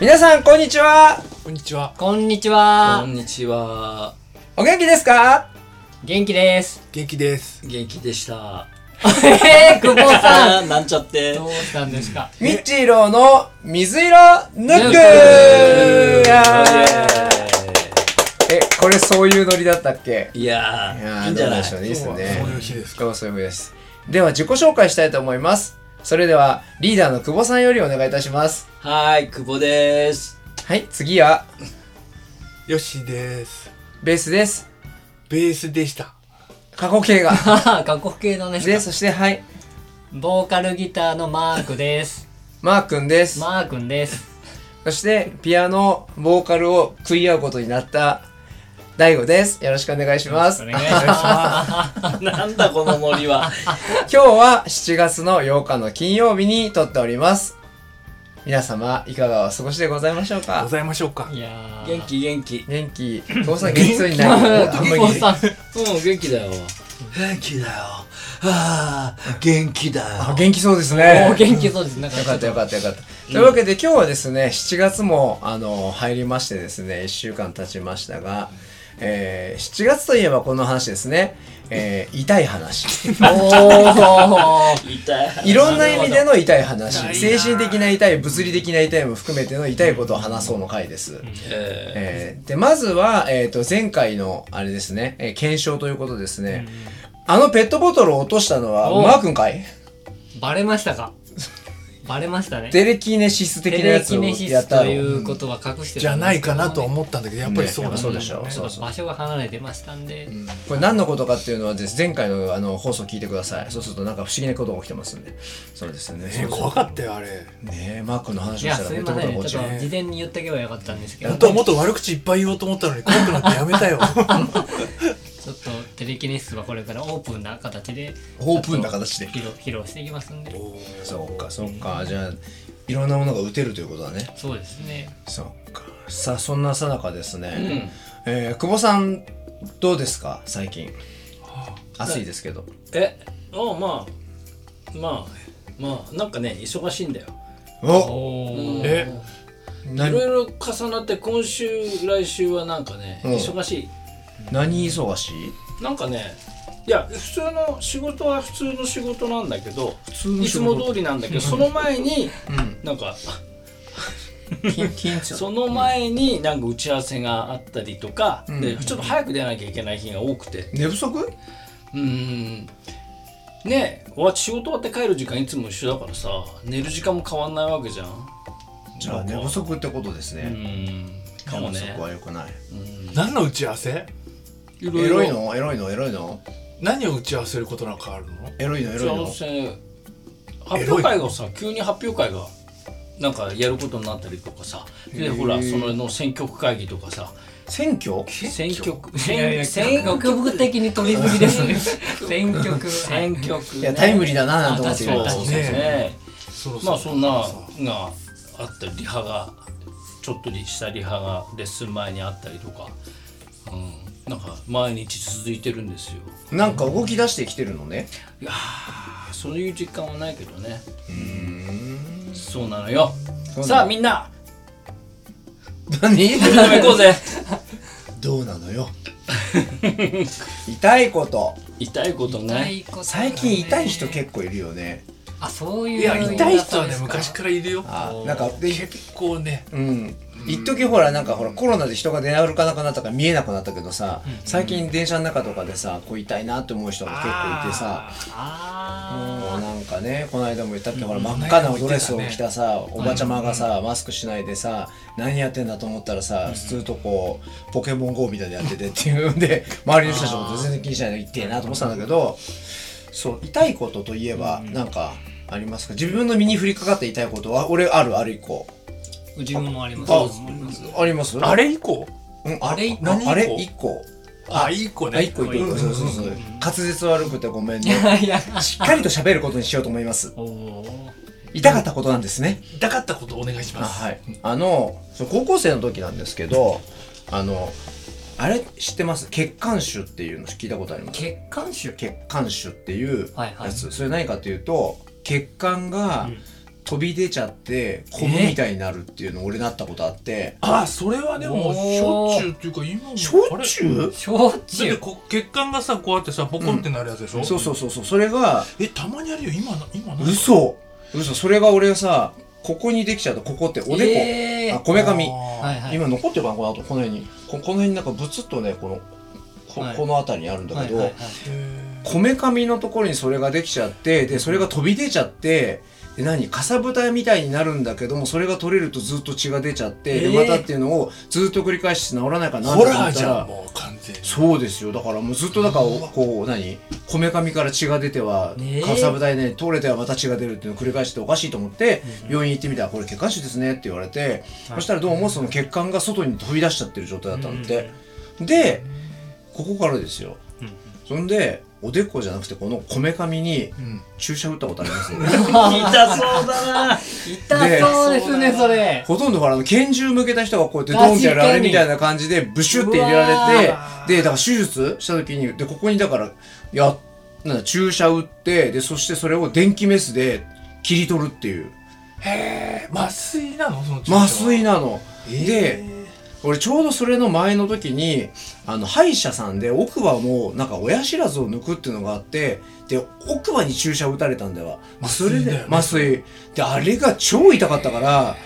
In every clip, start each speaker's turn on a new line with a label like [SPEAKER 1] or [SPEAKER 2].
[SPEAKER 1] 皆さん、こんにちは。
[SPEAKER 2] こんにちは。
[SPEAKER 3] こんにちは
[SPEAKER 4] こん。にちは。
[SPEAKER 1] お元気ですか
[SPEAKER 3] 元気です。
[SPEAKER 2] 元気です。
[SPEAKER 4] 元気でした。
[SPEAKER 3] えー、久保
[SPEAKER 4] あ
[SPEAKER 3] さん。
[SPEAKER 4] ー、 なんちゃって
[SPEAKER 3] ど。うしたんですか
[SPEAKER 1] みっちーろうの水色ヌッ
[SPEAKER 3] ヌッ
[SPEAKER 1] ク
[SPEAKER 3] ク
[SPEAKER 4] イエ
[SPEAKER 1] え、これそういうノリだったっけ
[SPEAKER 4] ーイいや
[SPEAKER 1] い
[SPEAKER 4] ー、
[SPEAKER 1] や
[SPEAKER 4] いい
[SPEAKER 1] ー、
[SPEAKER 4] んじ
[SPEAKER 1] ど
[SPEAKER 4] ゃ
[SPEAKER 1] う
[SPEAKER 4] ない
[SPEAKER 1] でしょうね。いいです
[SPEAKER 2] 今日はそういう
[SPEAKER 1] ね。
[SPEAKER 2] 日ですか。
[SPEAKER 1] 今日はそういうもです。では、自己紹介したいと思います。それでは、リーダーの久保さんよりお願いいたします。
[SPEAKER 4] はーい、久保です。
[SPEAKER 1] はい、次は、
[SPEAKER 2] よしです。
[SPEAKER 1] ベースです。
[SPEAKER 2] ベースでした。
[SPEAKER 1] 過去形が。
[SPEAKER 3] ああ、 過去形のね。
[SPEAKER 1] で、そして、はい、
[SPEAKER 3] ボーカルギターのマークです。
[SPEAKER 1] マー君です。
[SPEAKER 3] マーくんです。
[SPEAKER 1] そして、ピアノ、ボーカルを食い合うことになった、大悟です。よろしくお願いします。
[SPEAKER 3] お
[SPEAKER 1] 今
[SPEAKER 3] 願いします。
[SPEAKER 4] なんだこのノリは。
[SPEAKER 1] 日は7月の8日の金曜日に撮っております。皆様、いかがお過ごしでございましょう
[SPEAKER 2] ご
[SPEAKER 1] か
[SPEAKER 2] ざいましょうか
[SPEAKER 3] い。やー
[SPEAKER 4] 元。気元気。
[SPEAKER 1] 元 気、父さん元気そうになる。あんま
[SPEAKER 3] 久
[SPEAKER 1] り
[SPEAKER 3] 保さん。
[SPEAKER 4] うん、元気だよ。元気だよ。あー、元気だ
[SPEAKER 1] あ
[SPEAKER 4] よ。
[SPEAKER 1] 元気そうです
[SPEAKER 3] お
[SPEAKER 1] ね。
[SPEAKER 3] 元気そうです。なんか
[SPEAKER 1] よかったよかったよかった。というわけで今日はですね、7月も、あの、入りましてですね、1週間経ちましたが、えー、7月といえばこの話ですね、えー、痛い話。
[SPEAKER 3] おー。
[SPEAKER 4] 痛い。
[SPEAKER 1] いろんな意味での痛い話、
[SPEAKER 2] な
[SPEAKER 1] 精神的な痛い、物理的な痛いも含めての痛いことを話そうの回です。
[SPEAKER 4] え
[SPEAKER 1] えーで、まずは、えっ、と、前回の、あれですね、えー検証ということですね。あのペットボトルを落としたのは、
[SPEAKER 3] お
[SPEAKER 1] マー君かい
[SPEAKER 3] バレましたかバレましたね。
[SPEAKER 1] デレキネシス的
[SPEAKER 3] テ
[SPEAKER 1] なや
[SPEAKER 3] レ
[SPEAKER 1] つ
[SPEAKER 3] キ
[SPEAKER 1] を
[SPEAKER 3] ネシ
[SPEAKER 1] や
[SPEAKER 3] ス
[SPEAKER 1] った
[SPEAKER 3] と
[SPEAKER 1] の。
[SPEAKER 3] いうことは隠して
[SPEAKER 2] じ
[SPEAKER 3] た
[SPEAKER 2] ゃ
[SPEAKER 3] んですけどね
[SPEAKER 2] ないかなとは思ったんだけど、やっぱりそう
[SPEAKER 1] ねやっぱ
[SPEAKER 2] だ
[SPEAKER 1] そうでしょ
[SPEAKER 3] ちょっと場所が離れてましたんで。
[SPEAKER 1] これ何のことかっていうのはです前回のあの放送聞いてください。そうするとなんか不思議なことが起きてますんで。そうですよね。
[SPEAKER 2] ね怖かったよ、あれ。
[SPEAKER 1] ねえ、マー君の
[SPEAKER 3] い
[SPEAKER 1] 話を
[SPEAKER 3] や、
[SPEAKER 1] したら
[SPEAKER 3] す
[SPEAKER 1] ペ
[SPEAKER 3] い
[SPEAKER 1] ット
[SPEAKER 3] ま
[SPEAKER 1] ボ
[SPEAKER 3] せ
[SPEAKER 1] トル
[SPEAKER 3] んね。
[SPEAKER 1] が落
[SPEAKER 3] ち
[SPEAKER 1] ち
[SPEAKER 3] ょ
[SPEAKER 1] る
[SPEAKER 3] っ
[SPEAKER 2] ね
[SPEAKER 3] と事前に言っておけばよかったんですけど。
[SPEAKER 2] 本当はもっと悪口いっぱい言おうと思ったのに、怖くなってやめ たよ。
[SPEAKER 3] ちょっとテレキネシスはこれからオープンな形で
[SPEAKER 1] オープンな形で
[SPEAKER 3] 披。露披露していきますんで
[SPEAKER 1] そうか、そうか。じゃあ、いろんなものが打てるということだね。
[SPEAKER 3] そうですね
[SPEAKER 1] そうか。さあ、そんなさなかですね、
[SPEAKER 4] ん
[SPEAKER 1] えー久保さん、どうですか最近。暑いですけど。
[SPEAKER 4] ー、え、あまあ、まあ、まあ、なんかね、忙しいんだよ。
[SPEAKER 1] お
[SPEAKER 3] お
[SPEAKER 4] うん
[SPEAKER 3] ー
[SPEAKER 2] え、
[SPEAKER 4] い
[SPEAKER 1] 何、
[SPEAKER 4] ろいろ重なって、今週、来週はなんかね、
[SPEAKER 1] うん
[SPEAKER 4] 忙しい。
[SPEAKER 1] 何忙しい
[SPEAKER 4] なんかねいや普通の仕事は普通の仕事なんだけど
[SPEAKER 1] 普通
[SPEAKER 4] いつも通りなんだけどその前に
[SPEAKER 1] うん。
[SPEAKER 4] なんか
[SPEAKER 1] 緊緊張。
[SPEAKER 4] その前になんか打ち合わせがあったりとか、
[SPEAKER 1] うん
[SPEAKER 4] でちょっと早く出なきゃいけない日が多くて
[SPEAKER 1] 寝不足
[SPEAKER 4] うーんねえわ仕事終わって帰る時間いつも一緒だからさ寝る時間も変わんないわけじゃん
[SPEAKER 1] じゃあ、寝不足ってことです
[SPEAKER 4] う
[SPEAKER 1] ね。
[SPEAKER 4] ーんかも
[SPEAKER 1] 寝不足
[SPEAKER 4] ね
[SPEAKER 1] は良くない。
[SPEAKER 2] 何の打ち合わせ
[SPEAKER 4] い
[SPEAKER 1] エロいのエロいのエロいの
[SPEAKER 2] 何を打ち合わせることなんかあるの
[SPEAKER 1] エロいのエ
[SPEAKER 4] 打
[SPEAKER 1] ロ
[SPEAKER 4] ち
[SPEAKER 1] いの
[SPEAKER 4] 合わせ発表会がさ急に発表会がなんかやることになったりとかさでほらそのの選挙区会議とかさ
[SPEAKER 1] 選挙
[SPEAKER 4] 選挙区
[SPEAKER 3] いやいや
[SPEAKER 4] 選
[SPEAKER 3] 選
[SPEAKER 4] 挙区
[SPEAKER 3] 曲的に飛びすぎですね選 曲
[SPEAKER 4] 選挙区
[SPEAKER 1] いや、タイムリーだななんて思って
[SPEAKER 4] そう
[SPEAKER 1] る
[SPEAKER 4] そう
[SPEAKER 2] ね
[SPEAKER 4] ね
[SPEAKER 2] そろ
[SPEAKER 4] まあそんながあったりリハがちょっとしたリハがレッスン前にあったりとか、うん、なんか毎日続いてるんですよ
[SPEAKER 1] なんか動き出してきてるのね。
[SPEAKER 4] いやーそういう実感はないけどねそうなのよ
[SPEAKER 1] そうなの
[SPEAKER 4] さあみんな
[SPEAKER 1] 何
[SPEAKER 4] みんなも行こ うぜ
[SPEAKER 1] どうなのよ。痛いこと。
[SPEAKER 4] 痛いこと
[SPEAKER 3] 痛
[SPEAKER 4] ね
[SPEAKER 3] いことだね
[SPEAKER 1] 最近痛い人結構いるよね。
[SPEAKER 3] あそういう
[SPEAKER 2] いや、痛い人はね、
[SPEAKER 3] そうですか
[SPEAKER 2] 昔からいるよ。
[SPEAKER 1] あなんか、で、
[SPEAKER 2] 結構ね。
[SPEAKER 1] うん。一時ほら、なんかほら、コロナで人が出歩かなくなったから見えなくなったけどさ、最近電車の中とかでさ、こう痛いなって思う人が結構いてさ、
[SPEAKER 3] あ
[SPEAKER 1] もうなんかね、この間も言ったっけ、ほら、
[SPEAKER 2] うん
[SPEAKER 1] 真っ赤なドレスを着たさ、おばちゃまがさ、マスクしないでさ、何やってんだと思ったらさ、普通とこう、ポケモン GO みたいにやっててっていうん で、周りの人たちのこと全然気にしないで痛えなと思ってたんだけど、そう、痛いことといえば、なんか、ありますか自分の身に降りかかって痛いことは、俺ある、あれ以降。
[SPEAKER 3] ー自分もあります
[SPEAKER 1] あ
[SPEAKER 3] 自分もありま
[SPEAKER 1] あ
[SPEAKER 3] す
[SPEAKER 1] ります
[SPEAKER 2] あれ以降
[SPEAKER 1] うん、あれ
[SPEAKER 2] 何以降
[SPEAKER 1] あれ一個。
[SPEAKER 2] あ、いい子
[SPEAKER 1] あ、
[SPEAKER 2] ね。
[SPEAKER 1] 一個一
[SPEAKER 3] う
[SPEAKER 1] 個。
[SPEAKER 3] ん
[SPEAKER 1] そうそうそう。滑舌悪くてごめん
[SPEAKER 3] い
[SPEAKER 1] ね。
[SPEAKER 3] やいや
[SPEAKER 1] しっかりと喋ることにしようと思います。
[SPEAKER 3] おお
[SPEAKER 1] 痛かったことなんですね。
[SPEAKER 2] 痛かったことお願いし
[SPEAKER 1] あ
[SPEAKER 2] ます。
[SPEAKER 1] はい。あの、そう高校生の時なんですけど、あの、あれ知ってます血管腫っていうの聞いたことあります
[SPEAKER 3] 血管腫
[SPEAKER 1] 血管腫っていうやつ、
[SPEAKER 3] はいはい
[SPEAKER 1] それ何かというと血管が
[SPEAKER 3] うん
[SPEAKER 1] 飛び出ちゃってコブみたいになるっていうの俺なったことあって
[SPEAKER 2] ああそれはでも
[SPEAKER 3] おー
[SPEAKER 2] しょっちゅうっていうか今も
[SPEAKER 1] しょっちゅう
[SPEAKER 3] 焼
[SPEAKER 2] あれだっ
[SPEAKER 3] 酎
[SPEAKER 2] てこう血管がさこうやってさポコンってなるやつでしょ、
[SPEAKER 1] そうそうそうそうそれが
[SPEAKER 2] えたまにあるよ今な今な
[SPEAKER 1] 嘘嘘それが俺さここにできちゃうとここっておで
[SPEAKER 3] え
[SPEAKER 1] こあ
[SPEAKER 3] ー
[SPEAKER 1] こめかみ
[SPEAKER 3] はいはい
[SPEAKER 1] 今残ってるかなこの後この辺にここの辺になんかブツッとねこのこ,、
[SPEAKER 3] はい
[SPEAKER 1] この辺りにあるんだ
[SPEAKER 3] はい
[SPEAKER 1] け
[SPEAKER 3] はいは
[SPEAKER 1] ど
[SPEAKER 3] い
[SPEAKER 1] こめかみのところにそれができちゃってでそれが飛び出ちゃってで何かさぶたみたいになるんだけどもそれが取れるとずっと血が出ちゃって、
[SPEAKER 3] えー
[SPEAKER 1] でまたっていうのをずっと繰り返して治らないかなと
[SPEAKER 2] ホ
[SPEAKER 1] 思っ
[SPEAKER 2] ラー
[SPEAKER 1] た
[SPEAKER 2] じゃん
[SPEAKER 1] ら
[SPEAKER 2] もう完全に
[SPEAKER 1] そうですよだからもうずっとだからこう何こめかみから血が出ては、
[SPEAKER 3] ねえ
[SPEAKER 1] かさぶたにね取れてはまた血が出るっていうのを繰り返してておかしいと思って、病院行ってみたらこれ血管腫ですねって言われて、そしたらどうもその血管が外に飛び出しちゃってる状態だったのって、でここからですよ
[SPEAKER 4] うんうん
[SPEAKER 1] そんでおでこじゃなくてこのこめかみに
[SPEAKER 2] うん
[SPEAKER 1] 注射打ったことありますよ
[SPEAKER 4] 痛そうだな
[SPEAKER 3] 痛そうですねそれ
[SPEAKER 1] ほとんどほらあの拳銃向けた人がこうやってドンってやる
[SPEAKER 3] 確かに
[SPEAKER 1] あれみたいな感じでブシュって入れら
[SPEAKER 3] う
[SPEAKER 1] れ
[SPEAKER 3] わ
[SPEAKER 1] てでだから手術した時にでここにだからやなんだ注射打ってでそしてそれを電気メスで切り取るっていう
[SPEAKER 2] へえ麻酔なのその注射は
[SPEAKER 1] 麻酔なの、で
[SPEAKER 2] え
[SPEAKER 1] 俺ちょうどそれの前の時にあの歯医者さんで奥歯のなんか親知らずを抜くっていうのがあってで奥歯に注射打たれたんだよ
[SPEAKER 2] 麻
[SPEAKER 1] それ
[SPEAKER 2] 酔だ
[SPEAKER 1] で
[SPEAKER 2] よね
[SPEAKER 1] 麻酔であれが超痛かったから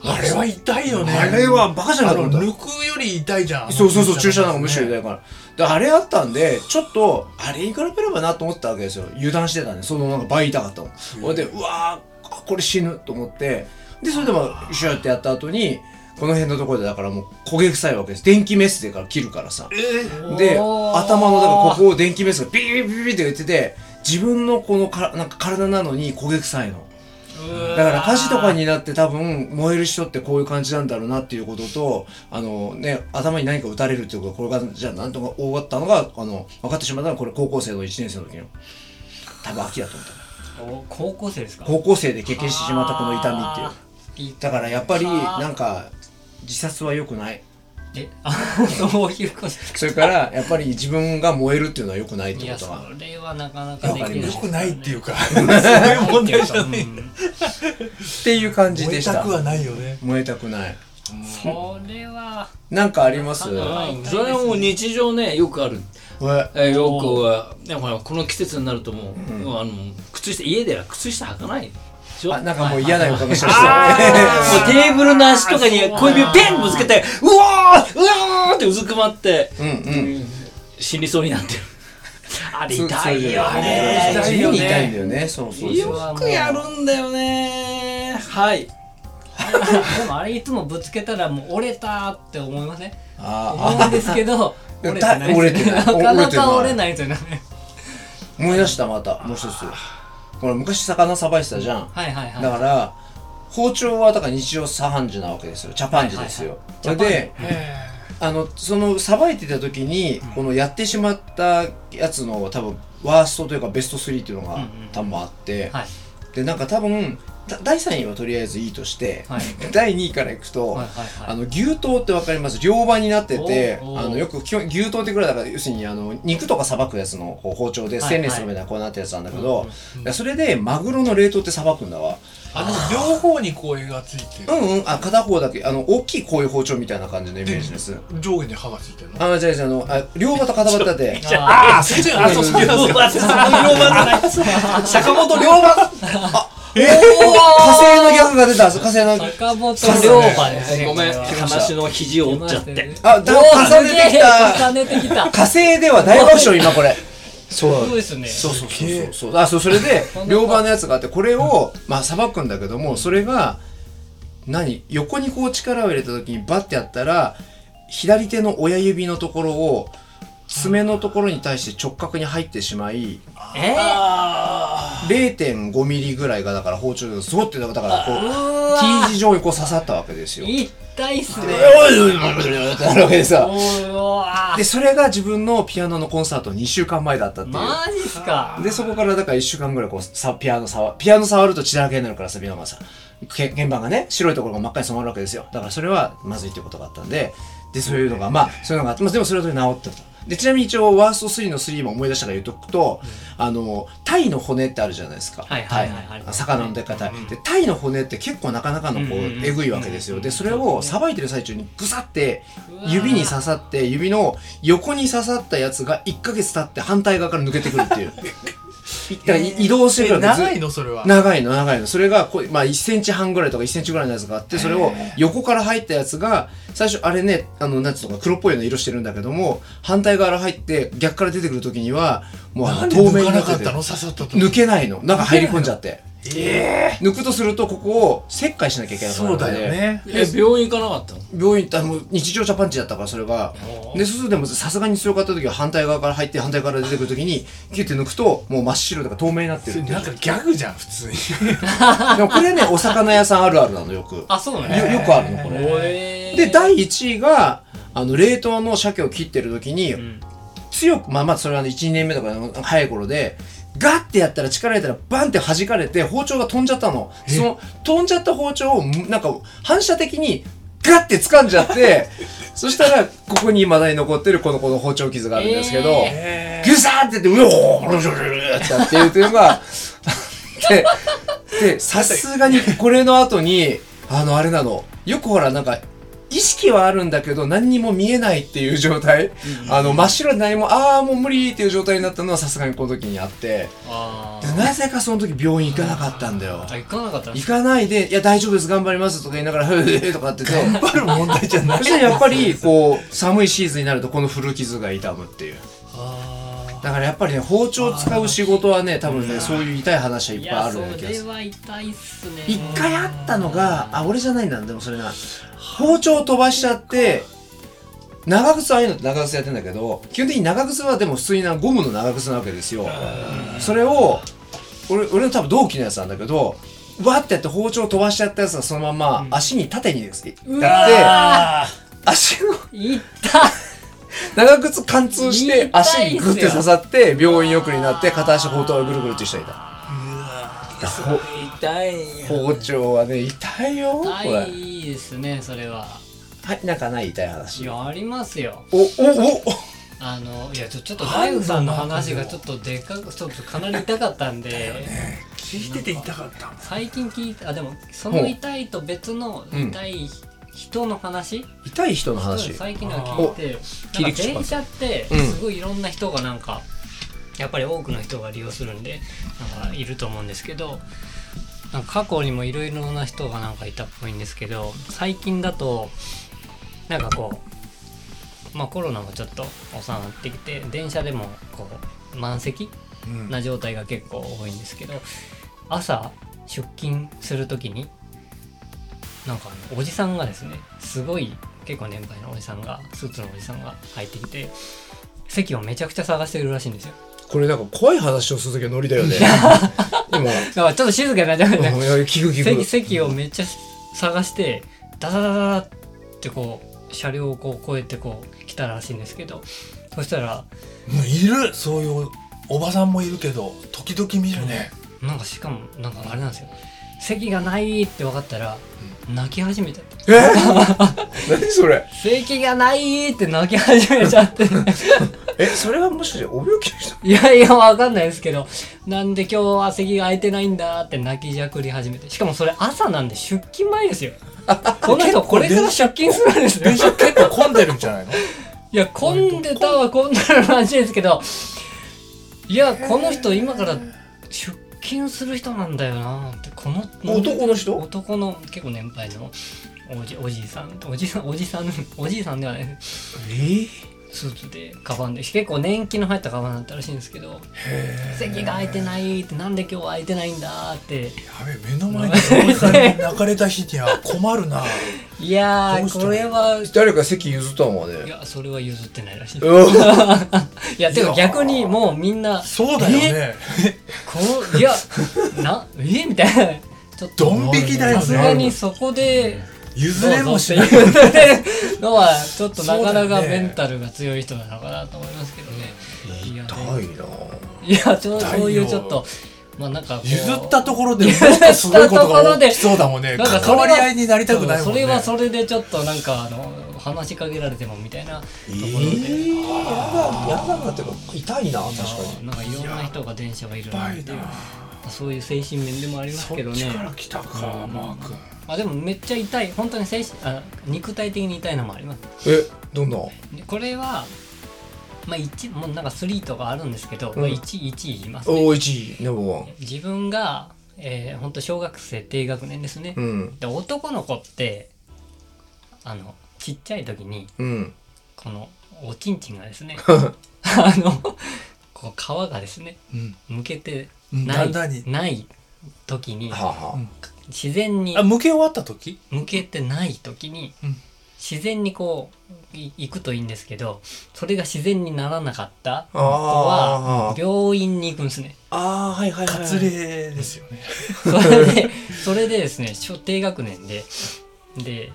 [SPEAKER 2] ーあれは痛いよね
[SPEAKER 1] あれはバカじゃな
[SPEAKER 2] あ
[SPEAKER 1] いと
[SPEAKER 2] の
[SPEAKER 1] 思った
[SPEAKER 2] 抜くより痛いじゃん
[SPEAKER 1] そうそうそう注射なんかむしろ
[SPEAKER 2] 痛
[SPEAKER 1] 痛
[SPEAKER 2] い
[SPEAKER 1] いからであれあったんでちょっとあれに比べればなと思ったわけですよ油断してたねそのなんか倍痛かったのほんでうわーこれ死ぬと思ってでそれでもシューってやった後にこの辺のところでだからもう焦げ臭いわけです電気メスでから切るからさ
[SPEAKER 2] えー
[SPEAKER 1] で
[SPEAKER 3] おー
[SPEAKER 1] 頭のだからここを電気メスがビービービービーって言ってて自分のこのかなんか体なのに焦げ臭いのだから火事とかになって多分燃える人ってこういう感じなんだろうなっていうこととあのね頭に何か打たれるっていうことがこれがじゃあなんとか多かったのがあの分かってしまったのはこれ高校生の1年生の時の多分秋だと思った
[SPEAKER 3] お高校生ですか
[SPEAKER 1] 高校生で経験してしまったこの痛みっていう
[SPEAKER 3] いう
[SPEAKER 1] だからやっぱりなんか自殺は良くない
[SPEAKER 3] えあそういうことですか
[SPEAKER 1] それからやっぱり自分が燃えるっていうのは良くないっ
[SPEAKER 3] い
[SPEAKER 1] てこ
[SPEAKER 3] や
[SPEAKER 1] と
[SPEAKER 3] そ
[SPEAKER 1] が
[SPEAKER 3] れはなかなかできない
[SPEAKER 2] よくないっていうう かそういう問題じゃない
[SPEAKER 3] ん
[SPEAKER 1] っていう感じ
[SPEAKER 2] 燃
[SPEAKER 1] で
[SPEAKER 2] え
[SPEAKER 1] したた
[SPEAKER 2] くはないよね
[SPEAKER 1] 燃えたくない
[SPEAKER 3] それは
[SPEAKER 1] なんかあります
[SPEAKER 3] なかなか
[SPEAKER 4] うんそれはもう日常ねよくある
[SPEAKER 1] え
[SPEAKER 4] えーよくはねほらこの季節になるともう、もうあの靴下家では靴下履かないでしょ
[SPEAKER 1] あなんかもう嫌な予感がしました
[SPEAKER 4] あーもうテーブルの足とかに小指をペンぶつけてうおーうおーってうずくまって、
[SPEAKER 1] うんうん
[SPEAKER 4] 死にそうに なってるあれ
[SPEAKER 1] そう
[SPEAKER 4] 痛いよ
[SPEAKER 1] そう
[SPEAKER 4] ね
[SPEAKER 1] そう地
[SPEAKER 2] 痛い
[SPEAKER 1] 味
[SPEAKER 2] よ
[SPEAKER 1] に
[SPEAKER 2] ね
[SPEAKER 1] 痛いんだよね。そうそうそう。
[SPEAKER 4] よくやるんだよねはい
[SPEAKER 3] でもあれいつもぶつけたらもう折れたって思いません
[SPEAKER 1] あ
[SPEAKER 3] 思うんですけど
[SPEAKER 1] いや
[SPEAKER 3] 折れてない
[SPEAKER 1] 折れてない
[SPEAKER 3] なかなか
[SPEAKER 1] 折れ
[SPEAKER 3] 折
[SPEAKER 1] て
[SPEAKER 3] れ
[SPEAKER 1] な
[SPEAKER 3] ないですよ
[SPEAKER 1] あ、
[SPEAKER 3] ね
[SPEAKER 1] 思い出したまた、もう一つ。これ昔魚さばいてたじゃん。
[SPEAKER 3] はいはいはい
[SPEAKER 1] だから、包丁はだから日常茶飯事なわけですよ。茶パンジですよ。そ
[SPEAKER 3] はいはいはい
[SPEAKER 1] れで、
[SPEAKER 2] へ
[SPEAKER 1] あの、そのさばいてた時に、このやってしまったやつの多分、ワーストというかベスト3っていうの
[SPEAKER 3] うんう
[SPEAKER 1] が
[SPEAKER 3] ん
[SPEAKER 1] 多分あって、
[SPEAKER 3] はい
[SPEAKER 1] で、なんか多分、だ第3位はとりあえずいいとして、
[SPEAKER 3] はい
[SPEAKER 1] 第2位からいくと、
[SPEAKER 3] はいはい
[SPEAKER 1] あ
[SPEAKER 3] はい
[SPEAKER 1] の牛刀ってわかります両刃になってて
[SPEAKER 3] おうおう
[SPEAKER 1] あのよく基本牛刀ってくらいだから要するにあの肉とかさばくやつのこう包丁で
[SPEAKER 3] はい
[SPEAKER 1] ステンレスの上でこうなったやつなんだけ
[SPEAKER 3] うん
[SPEAKER 1] ど
[SPEAKER 3] うん
[SPEAKER 1] いやそれでマグロの冷凍ってさばくんだわ
[SPEAKER 2] あの両方に声がついて
[SPEAKER 1] う
[SPEAKER 2] る
[SPEAKER 1] んうんあ片方だけあの大きいこういう包丁みたいな感じのイメージです
[SPEAKER 2] 上下に歯がついてるの
[SPEAKER 1] あじゃあじゃああのあ両刃と片刃だ って
[SPEAKER 3] あ
[SPEAKER 2] あそっちがあそうそう
[SPEAKER 4] 両 馬ってその両馬じゃない坂本龍 馬
[SPEAKER 1] 火星の逆が出た火星の
[SPEAKER 3] ー坂本龍馬ですね
[SPEAKER 4] ごめん話の肘を折っちゃっ
[SPEAKER 3] 出ました
[SPEAKER 4] て
[SPEAKER 3] よね
[SPEAKER 1] あだ重ねてきた
[SPEAKER 3] 重ねてきた
[SPEAKER 1] 火星では大爆笑今これそう
[SPEAKER 3] そうですね
[SPEAKER 1] そうそうそうそうそうあそうそれで 両刃のやつがあってこれをまあさばくんだけどもそれが何横にこう力を入れた時にバッてやったら左手の親指のところを爪のところに対して直角に入ってしまい
[SPEAKER 3] え
[SPEAKER 1] 0.5ミリぐらいがだから包丁でズボってだからこう
[SPEAKER 3] ー
[SPEAKER 1] T 字状にこう刺さったわけです よ。
[SPEAKER 3] 痛いっすね
[SPEAKER 1] ってなるわけで
[SPEAKER 3] お
[SPEAKER 1] さ。
[SPEAKER 3] ーうわー
[SPEAKER 1] でそれが自分のピアノのコンサート2週間前だったっていう。
[SPEAKER 3] マジっすか
[SPEAKER 1] で、そこからだから1週間ぐらいこうさ、ピアノ触、ピアノ触ると血だらけになるからさ、ビノがさ、け鍵盤がね、白いところが真っ赤に染まるわけですよ。だからそれはまずいってことがあったんで、で、そういうのが、まあ、そういうのがあって、まあ、でもそれはそれで治ってた。でちなみに一応ワースト3の3も思い出したから言っとくと、あのタイの骨ってあるじゃないですか、
[SPEAKER 3] はいはいはいはい
[SPEAKER 1] タイ魚のでっかいタイ、でタイの骨って結構なかなかのこう、
[SPEAKER 3] うんうんうん
[SPEAKER 1] えぐいわけですよでそれ
[SPEAKER 3] そう
[SPEAKER 1] を
[SPEAKER 3] です
[SPEAKER 1] さ
[SPEAKER 3] ね
[SPEAKER 1] ばいてる最中にぐさって
[SPEAKER 3] うわー
[SPEAKER 1] 指に刺さって指の横に刺さったやつが1ヶ月経って反対側から抜けてくるっていうだから移動してくる
[SPEAKER 2] え
[SPEAKER 1] わけず
[SPEAKER 2] 長いのそれは
[SPEAKER 1] 長いの長いのそれがこう、まあ、1センチ半ぐらいとか1センチぐらいのやつがあってそれを横から入ったやつが最初あれねあのなんつうのか黒っぽいような色してるんだけども反対側から入って逆から出てくる時にはもうあ
[SPEAKER 2] な
[SPEAKER 1] の
[SPEAKER 2] んで
[SPEAKER 1] 透明に
[SPEAKER 2] 抜か
[SPEAKER 1] な
[SPEAKER 2] な
[SPEAKER 1] って
[SPEAKER 2] かってたの刺さったと
[SPEAKER 1] 抜けないの中入り込んじゃって
[SPEAKER 2] え
[SPEAKER 1] 抜くとするとここを切開しなきゃいけ
[SPEAKER 2] え
[SPEAKER 1] なくなる
[SPEAKER 2] そ
[SPEAKER 1] の
[SPEAKER 2] う
[SPEAKER 1] で
[SPEAKER 2] だよね
[SPEAKER 4] え病院行かなかったの
[SPEAKER 1] 病院ってあの日常茶パンチだったからそれがでそうするとでもさすがに強かった時は反対側から入って反対側から出てくる時にキュッて抜くともう真っ白とか透明になってる
[SPEAKER 2] そ
[SPEAKER 1] っ
[SPEAKER 2] れ
[SPEAKER 1] ていう
[SPEAKER 2] なんかギャグじゃん普通に
[SPEAKER 1] でもこれねお魚屋さんあるあるなのよく
[SPEAKER 3] あ、そうな
[SPEAKER 1] よ
[SPEAKER 3] の
[SPEAKER 1] よくあるのこれ
[SPEAKER 4] え
[SPEAKER 1] で第1位があの冷凍の鮭を切ってる時に、
[SPEAKER 3] ん
[SPEAKER 1] 強くまあまあそれは12年目とかの早い頃でガッてやったら力入れたらバンって弾かれて包丁が飛んじゃったのその飛んじゃった包丁をむなんか反射的にガッて掴んじゃって そしたらここに未だに残ってるこのこの包丁傷があるんですけど、
[SPEAKER 2] え
[SPEAKER 1] ギュサーってやってうおーってやっていうのがででさすがにこれの後にあのあれなのよくほらなんか意識はあるんだけど何にも見えないっていう状態、あの真っ白で何もああもう無理っていう状態になったのはさすがにこの時にあって
[SPEAKER 3] あ
[SPEAKER 1] で
[SPEAKER 3] ー
[SPEAKER 1] なぜかその時病院行かなかったんだよ
[SPEAKER 3] あ、行かなかったの
[SPEAKER 1] 行かないで「いや大丈夫です頑張ります」とか言いながら「ふー」とかって言って
[SPEAKER 2] ー、張る問題じゃない
[SPEAKER 1] そしたらやっぱりこう寒いシーズンになるとこの古傷が痛むっていう。
[SPEAKER 2] あ
[SPEAKER 1] だからやっぱりね包丁使う仕事はね多分ねそういう痛い話はいっ
[SPEAKER 3] い
[SPEAKER 1] ぱいあ
[SPEAKER 3] や、
[SPEAKER 1] る
[SPEAKER 3] そ
[SPEAKER 1] ような気が
[SPEAKER 3] れ
[SPEAKER 1] する
[SPEAKER 3] は痛いっすね。
[SPEAKER 1] 一回あったのがあ俺じゃないんだでもそれな包丁を飛ばしちゃって長靴ああいうのって長靴やってんだけど基本的に長靴はでも普通になゴムの長靴なわけですよそれを俺俺の多分同期のやつなんだけどわってやって包丁を飛ばしちゃったやつがそのまま足に縦にですね
[SPEAKER 3] う
[SPEAKER 1] やって
[SPEAKER 3] わ
[SPEAKER 1] 足の
[SPEAKER 3] ー痛っ
[SPEAKER 1] 長靴貫通して足にグッて刺さって病院よくになって片足包帯をぐるぐるってした人いた。だほ
[SPEAKER 4] 痛いよ
[SPEAKER 1] 包丁はね痛いよこれ
[SPEAKER 3] 痛いですね、それは。
[SPEAKER 1] はいなんかない痛い話
[SPEAKER 3] いや、ありますよ。
[SPEAKER 1] おおお
[SPEAKER 3] あのいやちょちょっと大悟さんの話がちょっとでかくちょっとかなり痛かったんで、
[SPEAKER 2] 聞いてて痛かったもん
[SPEAKER 3] 最近聞いたあでもその痛いと別の
[SPEAKER 1] うん
[SPEAKER 3] 痛い人の話、
[SPEAKER 1] 痛い人の話
[SPEAKER 3] 最近なんか聞いて
[SPEAKER 1] ー
[SPEAKER 3] なんか電車って
[SPEAKER 1] うん
[SPEAKER 3] すごいいろんな人がなんか、やっぱり多くの人が利用するんでなんかいると思うんですけどなんか過去にもいろいろな人がなんかいたっぽいんですけど最近だとなんかこう、まあ、コロナもちょっと収まってきて電車でもこう満席
[SPEAKER 2] うん
[SPEAKER 3] な状態が結構多いんですけど朝出勤する時になんかあのおじさんがですねすごい結構年配のおじさんがスーツのおじさんが入ってきて席をめちゃくちゃ探してるらしいんですよ
[SPEAKER 1] これなんか怖い話をするときはノリだよ ね
[SPEAKER 3] だからちょっと静かになっちゃうよ
[SPEAKER 1] 今
[SPEAKER 3] ね
[SPEAKER 1] うんいや聞く聞
[SPEAKER 3] 席
[SPEAKER 1] く
[SPEAKER 3] 席をめっちゃ探してダダダダダってこう車両をこう越えてこう来たらしいんですけどそしたら
[SPEAKER 2] いるそういうおばさんもいるけど時々見るね
[SPEAKER 3] なんかしかもなんかあれなんですよ席がないって分かったら泣き始めたって
[SPEAKER 1] え何それ
[SPEAKER 3] 席がないって泣き始めちゃって
[SPEAKER 1] えそれはもしかしてお病気の人
[SPEAKER 3] いやいやわかんないですけどなんで今日は席が空いてないんだって泣きじゃくり始めてしかもそれ朝なんで出勤前ですよこの人これから出勤するんですよ
[SPEAKER 2] 電車結構混んでるんじゃないの
[SPEAKER 3] いや混んでたは混んでる話ですけどいやこの人今から出勤する人なんだよなってこの
[SPEAKER 1] 男の人
[SPEAKER 3] 男の結構年配のおじおじいさんおじさんおじさんおじいさんではない
[SPEAKER 2] え
[SPEAKER 3] スーツでカバンで結構年季の入ったカバンだったらしいんですけど席が空いてないってなんで今日空いてないんだって
[SPEAKER 2] やべえ目の前におじさんに泣かれた日には困るない
[SPEAKER 3] や
[SPEAKER 2] どう
[SPEAKER 3] ー
[SPEAKER 2] したの
[SPEAKER 3] これは
[SPEAKER 1] 誰か席譲ったのはいね
[SPEAKER 3] やそれは譲ってないらしい
[SPEAKER 1] うわ
[SPEAKER 3] いやてか逆にもうみんな
[SPEAKER 2] そうだよね
[SPEAKER 3] こういやなえみたいなちょっと
[SPEAKER 2] ドン引きだよね
[SPEAKER 3] さすがにそこで
[SPEAKER 2] 譲れもし
[SPEAKER 3] ど
[SPEAKER 2] な
[SPEAKER 3] う
[SPEAKER 2] い
[SPEAKER 3] ぞっていうのはちょっとなかな
[SPEAKER 2] そうだ
[SPEAKER 3] か
[SPEAKER 2] よね
[SPEAKER 3] メンタルが強い人なのかなと思いますけどねいやね
[SPEAKER 1] 痛いない
[SPEAKER 3] やちょそういうちょっとまあなんかこう
[SPEAKER 2] 譲ったところでもっとすごいことが起きそうだもんね
[SPEAKER 3] なんかそ
[SPEAKER 2] 関
[SPEAKER 3] れは
[SPEAKER 2] わり合いになりたくないもんね
[SPEAKER 3] そうそれはそれでちょっとなんかあの話しかけられてもみたいなところで、
[SPEAKER 1] えー、やらなくなっても痛いな確かに
[SPEAKER 3] なんかいろんな人が電車がいるなっていう
[SPEAKER 2] やばい
[SPEAKER 3] そういう精神面でもありますけど
[SPEAKER 2] そっ
[SPEAKER 3] ね
[SPEAKER 2] ちから来たか、マー君
[SPEAKER 3] あでもめっちゃ痛い本当に精神あ肉体的に痛いのもあります
[SPEAKER 1] えどんな
[SPEAKER 3] でこれはまあ一もうなんかスリーとかあるんですけど、
[SPEAKER 1] うん
[SPEAKER 3] まあ一一言いますね
[SPEAKER 1] お1位ナンバーワン
[SPEAKER 3] 自分が、えー、本当小学生低学年ですね、
[SPEAKER 1] うん
[SPEAKER 3] で男の子ってあのちっちゃい時に
[SPEAKER 1] うん
[SPEAKER 3] このおちんちんが ですねあのこう皮がですね
[SPEAKER 2] うん
[SPEAKER 3] 向けて
[SPEAKER 2] うん
[SPEAKER 3] ない,、
[SPEAKER 2] だんだんに
[SPEAKER 3] ない時に
[SPEAKER 1] はあはあ
[SPEAKER 3] 自然に
[SPEAKER 2] あ向け終わった時
[SPEAKER 3] 向けてない時に
[SPEAKER 2] うん
[SPEAKER 3] 自然にこうい行くといいんですけどそれが自然にならなかった子
[SPEAKER 1] あ
[SPEAKER 3] は
[SPEAKER 1] ー
[SPEAKER 3] 病院に行くんです ね。
[SPEAKER 1] あーはいはいはい
[SPEAKER 2] かつれですよね
[SPEAKER 3] それで、それでですね、小低学年で、で、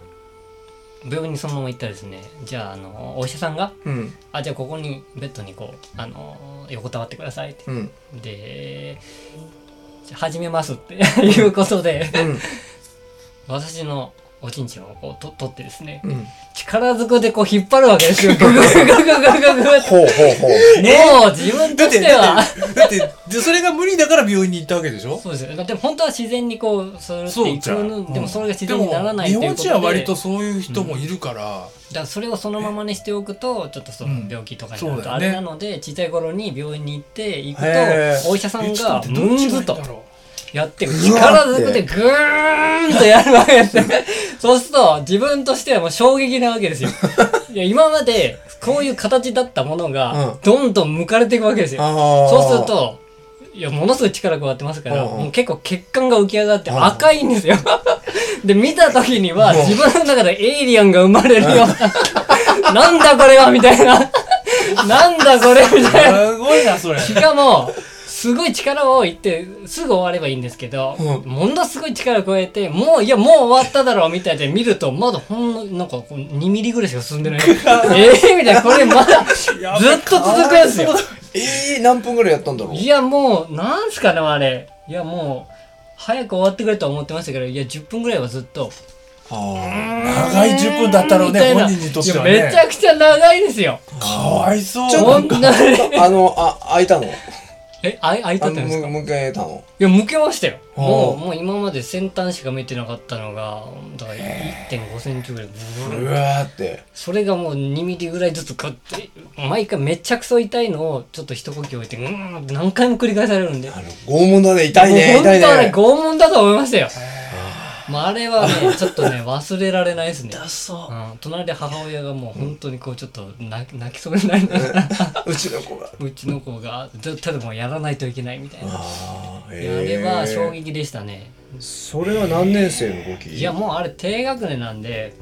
[SPEAKER 3] 病院にそのまま行ったらですね、じゃあ、あの、お医者さんが、
[SPEAKER 1] うん
[SPEAKER 3] あ、じゃあここに、ベッドにこう、あの、横たわってくださいって。
[SPEAKER 1] うん
[SPEAKER 3] で、じゃあ始めますっていうことで、
[SPEAKER 1] うん
[SPEAKER 3] 私のおちんちんをこうと取ってですね、
[SPEAKER 1] うん
[SPEAKER 3] 力ずくでこう引っ張るわけですよ。グググググググって。
[SPEAKER 1] ほうほうほう
[SPEAKER 3] もう自分としては。
[SPEAKER 2] だってでそれが無理だから病院に行ったわけでしょ
[SPEAKER 3] そうですよ。でも本当は自然にこう、するっていくの、でもそれが自然にならない
[SPEAKER 2] で
[SPEAKER 3] と
[SPEAKER 2] も
[SPEAKER 3] いう
[SPEAKER 2] 日本
[SPEAKER 3] ことで。
[SPEAKER 2] 人は割とそういう人もいるから、
[SPEAKER 3] だからそれをそのままにしておくとちょっとその病気とかにな
[SPEAKER 2] う
[SPEAKER 3] る
[SPEAKER 2] ん
[SPEAKER 3] と
[SPEAKER 2] そうだ
[SPEAKER 3] あ
[SPEAKER 2] よね
[SPEAKER 3] れなので、小さい頃に病院に行って行く
[SPEAKER 1] へー
[SPEAKER 3] とお医者さん
[SPEAKER 2] えちょ
[SPEAKER 3] が
[SPEAKER 2] っと待って
[SPEAKER 3] ムン
[SPEAKER 2] ど
[SPEAKER 3] ズ
[SPEAKER 2] っちがい
[SPEAKER 3] と
[SPEAKER 2] いんだろ
[SPEAKER 3] やって
[SPEAKER 1] うわ
[SPEAKER 3] 力ずくでグーンとやるわけですよ そうすると自分としてはもう衝撃なわけで すよいや今までこういう形だったもの
[SPEAKER 1] う
[SPEAKER 3] が
[SPEAKER 1] ん
[SPEAKER 3] どんどん向かれていくわけですよ
[SPEAKER 1] あー
[SPEAKER 3] そうするといやものすごい力加わってますから、
[SPEAKER 1] うんうん
[SPEAKER 3] もう結構血管が浮き上がって
[SPEAKER 1] うん
[SPEAKER 3] 赤いんですよ で見た時には自分の中でエイリアンが生まれる ようななんだこれはみたいななんだこれみたいな
[SPEAKER 2] すごいなそれ
[SPEAKER 3] しかもすごい力を言ってすぐ終わればいいんですけど、
[SPEAKER 1] う
[SPEAKER 3] ものすごい力を超えてもういやもう終わっただろうみたいで見るとまだほんのなんかこう2ミリぐらいしか進んでない ええみたいなこれまだずっと続くんですよ
[SPEAKER 1] えー、何分ぐらいやったんだろう
[SPEAKER 3] いやもうなんすかねあれいやもう早く終わってくれとは思ってましたけどいや10分ぐらいはずっと
[SPEAKER 1] あ
[SPEAKER 2] 長い10分だったろう
[SPEAKER 3] みた
[SPEAKER 2] ね
[SPEAKER 3] いな
[SPEAKER 2] 本人にとってはいね
[SPEAKER 3] やめちゃくちゃ長いですよ
[SPEAKER 2] かわいそう
[SPEAKER 1] ちょっと
[SPEAKER 3] こんなに
[SPEAKER 1] ーあのあ開いたの
[SPEAKER 3] えあい開い
[SPEAKER 1] あ
[SPEAKER 3] て
[SPEAKER 1] の
[SPEAKER 3] たんですか
[SPEAKER 1] もう一回開いたの
[SPEAKER 3] いや向けましたよ
[SPEAKER 1] あー
[SPEAKER 3] もうもう今まで先端しか見てなかったのがだから1.5センチぐらいうブルー
[SPEAKER 1] わーって
[SPEAKER 3] それがもう2ミリぐらいずつ買って毎回めちゃくそ痛いのをちょっと一呼吸置いてうーんって何回も繰り返されるんで
[SPEAKER 1] あの拷問だね痛いね
[SPEAKER 3] もう
[SPEAKER 1] 痛い
[SPEAKER 3] 本当あれ
[SPEAKER 1] ね
[SPEAKER 3] 拷問だと思いましたよ。まあ、あれはね、ちょっとね、忘れられないですね。
[SPEAKER 4] 痛そう
[SPEAKER 3] うん、隣で母親がもう本当にこうちょっと泣泣きそう になりながら、
[SPEAKER 1] うちの子が
[SPEAKER 3] うちの子が絶対でもうやらないといけないみたいな。
[SPEAKER 1] あー
[SPEAKER 3] いやあれは衝撃でしたね。
[SPEAKER 1] それは何年生の時
[SPEAKER 3] いやもうあれ低学年なんで、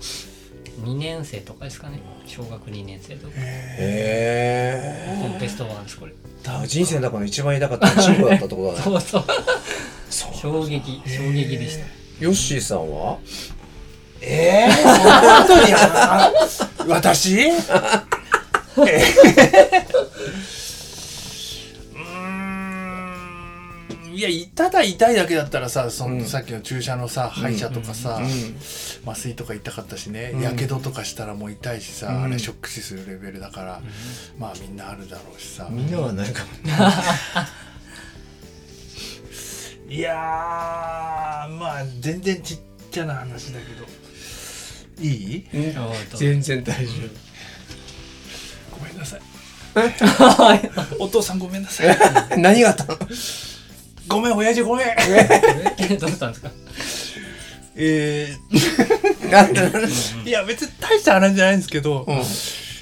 [SPEAKER 3] 2年生とかですかね。小学2年生とか。
[SPEAKER 1] へ
[SPEAKER 3] もうベストワンです、これ。
[SPEAKER 1] え多分人生の中の一番痛かったチームだったってことだね
[SPEAKER 3] そうそう。
[SPEAKER 1] そう
[SPEAKER 3] 衝撃、衝撃でした。
[SPEAKER 1] ヨッシーさんは
[SPEAKER 2] えー、そんなことにゃ 私えーいやただ痛いだけだったらさその、
[SPEAKER 1] うん
[SPEAKER 2] さっきの注射のさ歯医者とかさ、
[SPEAKER 1] う
[SPEAKER 2] 麻酔とか痛かったしね
[SPEAKER 1] うん
[SPEAKER 2] やけどとかしたらもう痛いしさ、
[SPEAKER 1] うん
[SPEAKER 2] あれショック死するレベルだから、まあみんなあるだろうしさ、
[SPEAKER 1] んみんなはないかも
[SPEAKER 2] いやーまあ全然ちっちゃな話だけどいい
[SPEAKER 3] そうそう
[SPEAKER 1] 全然大丈
[SPEAKER 2] ごめんなさい お父さんごめんなさい
[SPEAKER 1] 夫何があったの
[SPEAKER 2] ごめん親父ごめん
[SPEAKER 3] えどうしたんですか
[SPEAKER 2] え
[SPEAKER 1] なんだろう
[SPEAKER 2] ー、いや別に大した話じゃないんですけど、
[SPEAKER 1] うん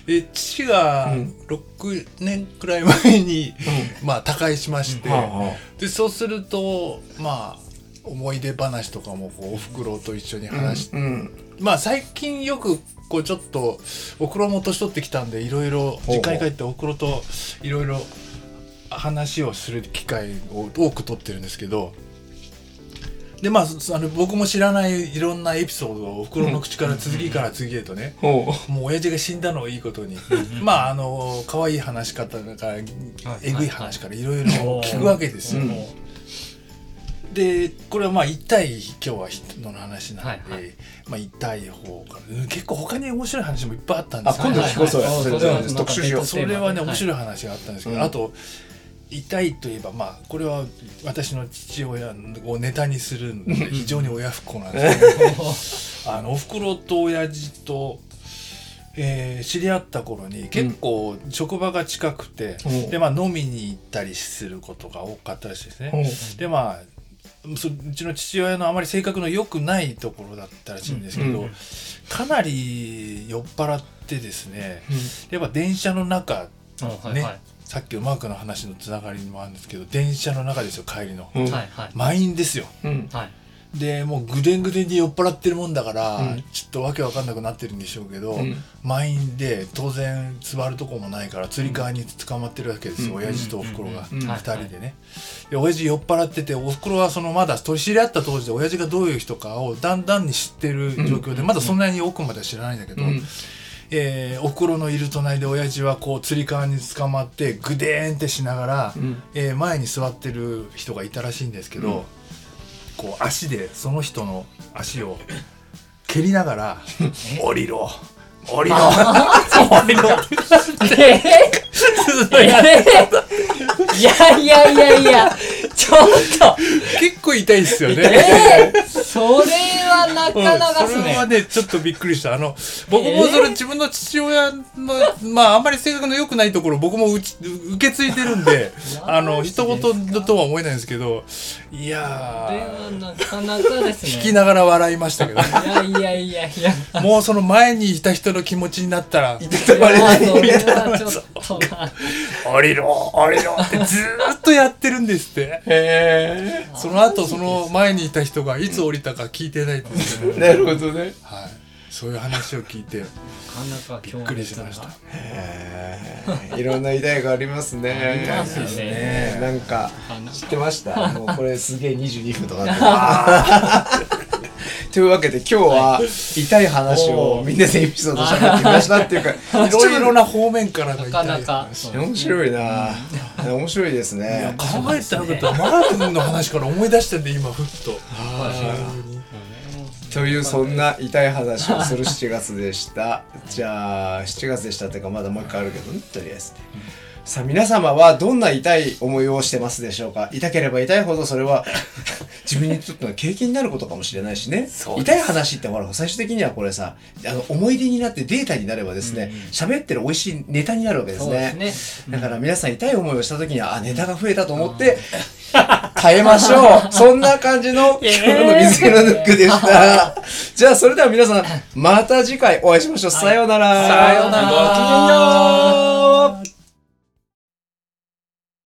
[SPEAKER 2] え父が
[SPEAKER 1] うん
[SPEAKER 2] 6年くらい前に、まあ他界しまして、
[SPEAKER 1] はあは
[SPEAKER 2] でそうするとまあ思い出話とかもこうおふくろと一緒に
[SPEAKER 1] あ
[SPEAKER 2] 話して、
[SPEAKER 1] うん
[SPEAKER 2] まあ最近よくこうちょっとおくろも年取ってきたんでいろいろ
[SPEAKER 1] ほう
[SPEAKER 2] 実家に帰っておくろといろいろ話をする機会を多く取ってるんですけどでまあそあの僕も知らないいろんなエピソードをおふくろの口から次から次へとね、
[SPEAKER 1] ほ
[SPEAKER 2] もう親父が死んだのをいいことにまああの可愛い話し方からえぐい話からいろいろ聞くわけですよ。
[SPEAKER 1] うん
[SPEAKER 2] でこれはまあ痛い今日は人の話なんで、
[SPEAKER 3] はいは
[SPEAKER 2] まあ痛い方からうん結構他に面白い話もいっぱいあったんで
[SPEAKER 1] あ
[SPEAKER 2] す
[SPEAKER 1] 今度聞こうそれ
[SPEAKER 3] はいはい
[SPEAKER 1] それ
[SPEAKER 3] そうそう
[SPEAKER 1] それ
[SPEAKER 3] そう
[SPEAKER 1] 特集しよう
[SPEAKER 2] それはね面
[SPEAKER 3] い
[SPEAKER 2] 白い話があったんですけど、
[SPEAKER 1] うん
[SPEAKER 2] あと痛いといえばまあこれは私の父親をネタにするんで非常に親不孝なんですけどあのおふくろと親父と、えー知り合った頃に結構職場が近くて、
[SPEAKER 1] うん
[SPEAKER 2] でまあ飲みに行ったりすることが多かったらしいですね。でまあそううちの父親のあまり性格の良くないところだったらしいんですけど、
[SPEAKER 1] うん
[SPEAKER 2] かなり酔っ払ってですね、やっぱ電車の中
[SPEAKER 3] うんはいはい
[SPEAKER 2] さっきのマークの話のつながりもあるんですけど電車の中ですよ帰りの、
[SPEAKER 1] うん
[SPEAKER 3] はいはい
[SPEAKER 2] 満員ですよ
[SPEAKER 1] うん
[SPEAKER 3] はい
[SPEAKER 2] でもうぐでんぐでんに酔っ払ってるもんだから、
[SPEAKER 1] うん
[SPEAKER 2] ちょっとわけわかんなくなってるんでしょうけど、
[SPEAKER 1] うん
[SPEAKER 2] 満員で当然座るとこもないからつり革に捕まってるわけですよ、
[SPEAKER 1] うん
[SPEAKER 2] 親父とおふくろが
[SPEAKER 1] うんうん
[SPEAKER 2] 2人でね、で親父酔っ払ってておふくろはそのまだ年知り合った当時で親父がどういう人かをだんだんに知ってる状況で、まだそんなに奥までは知らないんだけど、
[SPEAKER 1] うん
[SPEAKER 2] えーおふくろのいる隣で親父はこうつり革に捕まってぐでーんってしながら、
[SPEAKER 1] うん
[SPEAKER 2] えー前に座ってる人がいたらしいんですけど、
[SPEAKER 1] うん
[SPEAKER 2] こう足でその人の足を蹴りな がら「降りろ降りろ降りろ」
[SPEAKER 3] えいやいやいやいやちょっと
[SPEAKER 2] 結構痛いですよね。
[SPEAKER 3] えそれはな
[SPEAKER 2] うん
[SPEAKER 3] かなかっす
[SPEAKER 2] それ
[SPEAKER 3] ね
[SPEAKER 2] はねちょっとびっくりしたあの僕もそれ自分の父親の、まああんまり性格の良くないところ僕もうち受け継いでるんであの人事だとは思えないんですけどい
[SPEAKER 3] それ
[SPEAKER 2] や
[SPEAKER 3] はなかなかですね
[SPEAKER 2] ー引きながら笑いましたけ ど
[SPEAKER 3] いやいやいやいや
[SPEAKER 2] もうその前にいた人の気持ちになったら
[SPEAKER 3] それはちょっとな
[SPEAKER 2] 降りろ降りろってずーっとやってるんですって
[SPEAKER 1] へ
[SPEAKER 2] その後その前にいた人がいつ降りたか聞いてないって言って
[SPEAKER 1] えなるほどね
[SPEAKER 2] はいそういう話を聞いて
[SPEAKER 3] なかなか
[SPEAKER 2] び
[SPEAKER 3] 強
[SPEAKER 2] っくり
[SPEAKER 3] 烈
[SPEAKER 2] し
[SPEAKER 3] な
[SPEAKER 2] ました
[SPEAKER 1] へえいろんな痛いがありますね
[SPEAKER 3] りますね
[SPEAKER 1] ねなんか
[SPEAKER 3] 花
[SPEAKER 1] 知ってましたもうこれすげえ22分とかなってるというわけで今日は痛い話をみんなでエピソード喋ってみましたっていうか
[SPEAKER 2] いろいろな方面からの
[SPEAKER 3] な
[SPEAKER 2] 痛
[SPEAKER 3] か
[SPEAKER 2] い
[SPEAKER 3] なかそう
[SPEAKER 1] 面白いな面白いです
[SPEAKER 2] いや
[SPEAKER 1] ね
[SPEAKER 2] 考えてなかったマー君の話から思い出したんで今ふっと
[SPEAKER 1] というそんな痛い話を する7月でしたじゃあ7月でしたっていうかまだもう一回あるけどねとりあえずねさあ皆様はどんな痛い思いをしてますでしょうか痛ければ痛いほどそれは 自分にとっての経験になることかもしれないしね
[SPEAKER 2] そうで
[SPEAKER 1] 痛
[SPEAKER 2] す
[SPEAKER 1] い話ってほら最終的にはこれさあの思い出になってデータになればですね喋ってる美味しいネタになるわけです
[SPEAKER 3] そう
[SPEAKER 1] ね
[SPEAKER 3] です
[SPEAKER 1] だから皆さん痛い思いをした時にはあネタが増えたと思 って変えまし ょうそんな感じの今日の水色のヌックでしたじゃあそれでは皆さんまた次回お会いしましょうさようなら
[SPEAKER 3] さようなら
[SPEAKER 1] ごきげんよう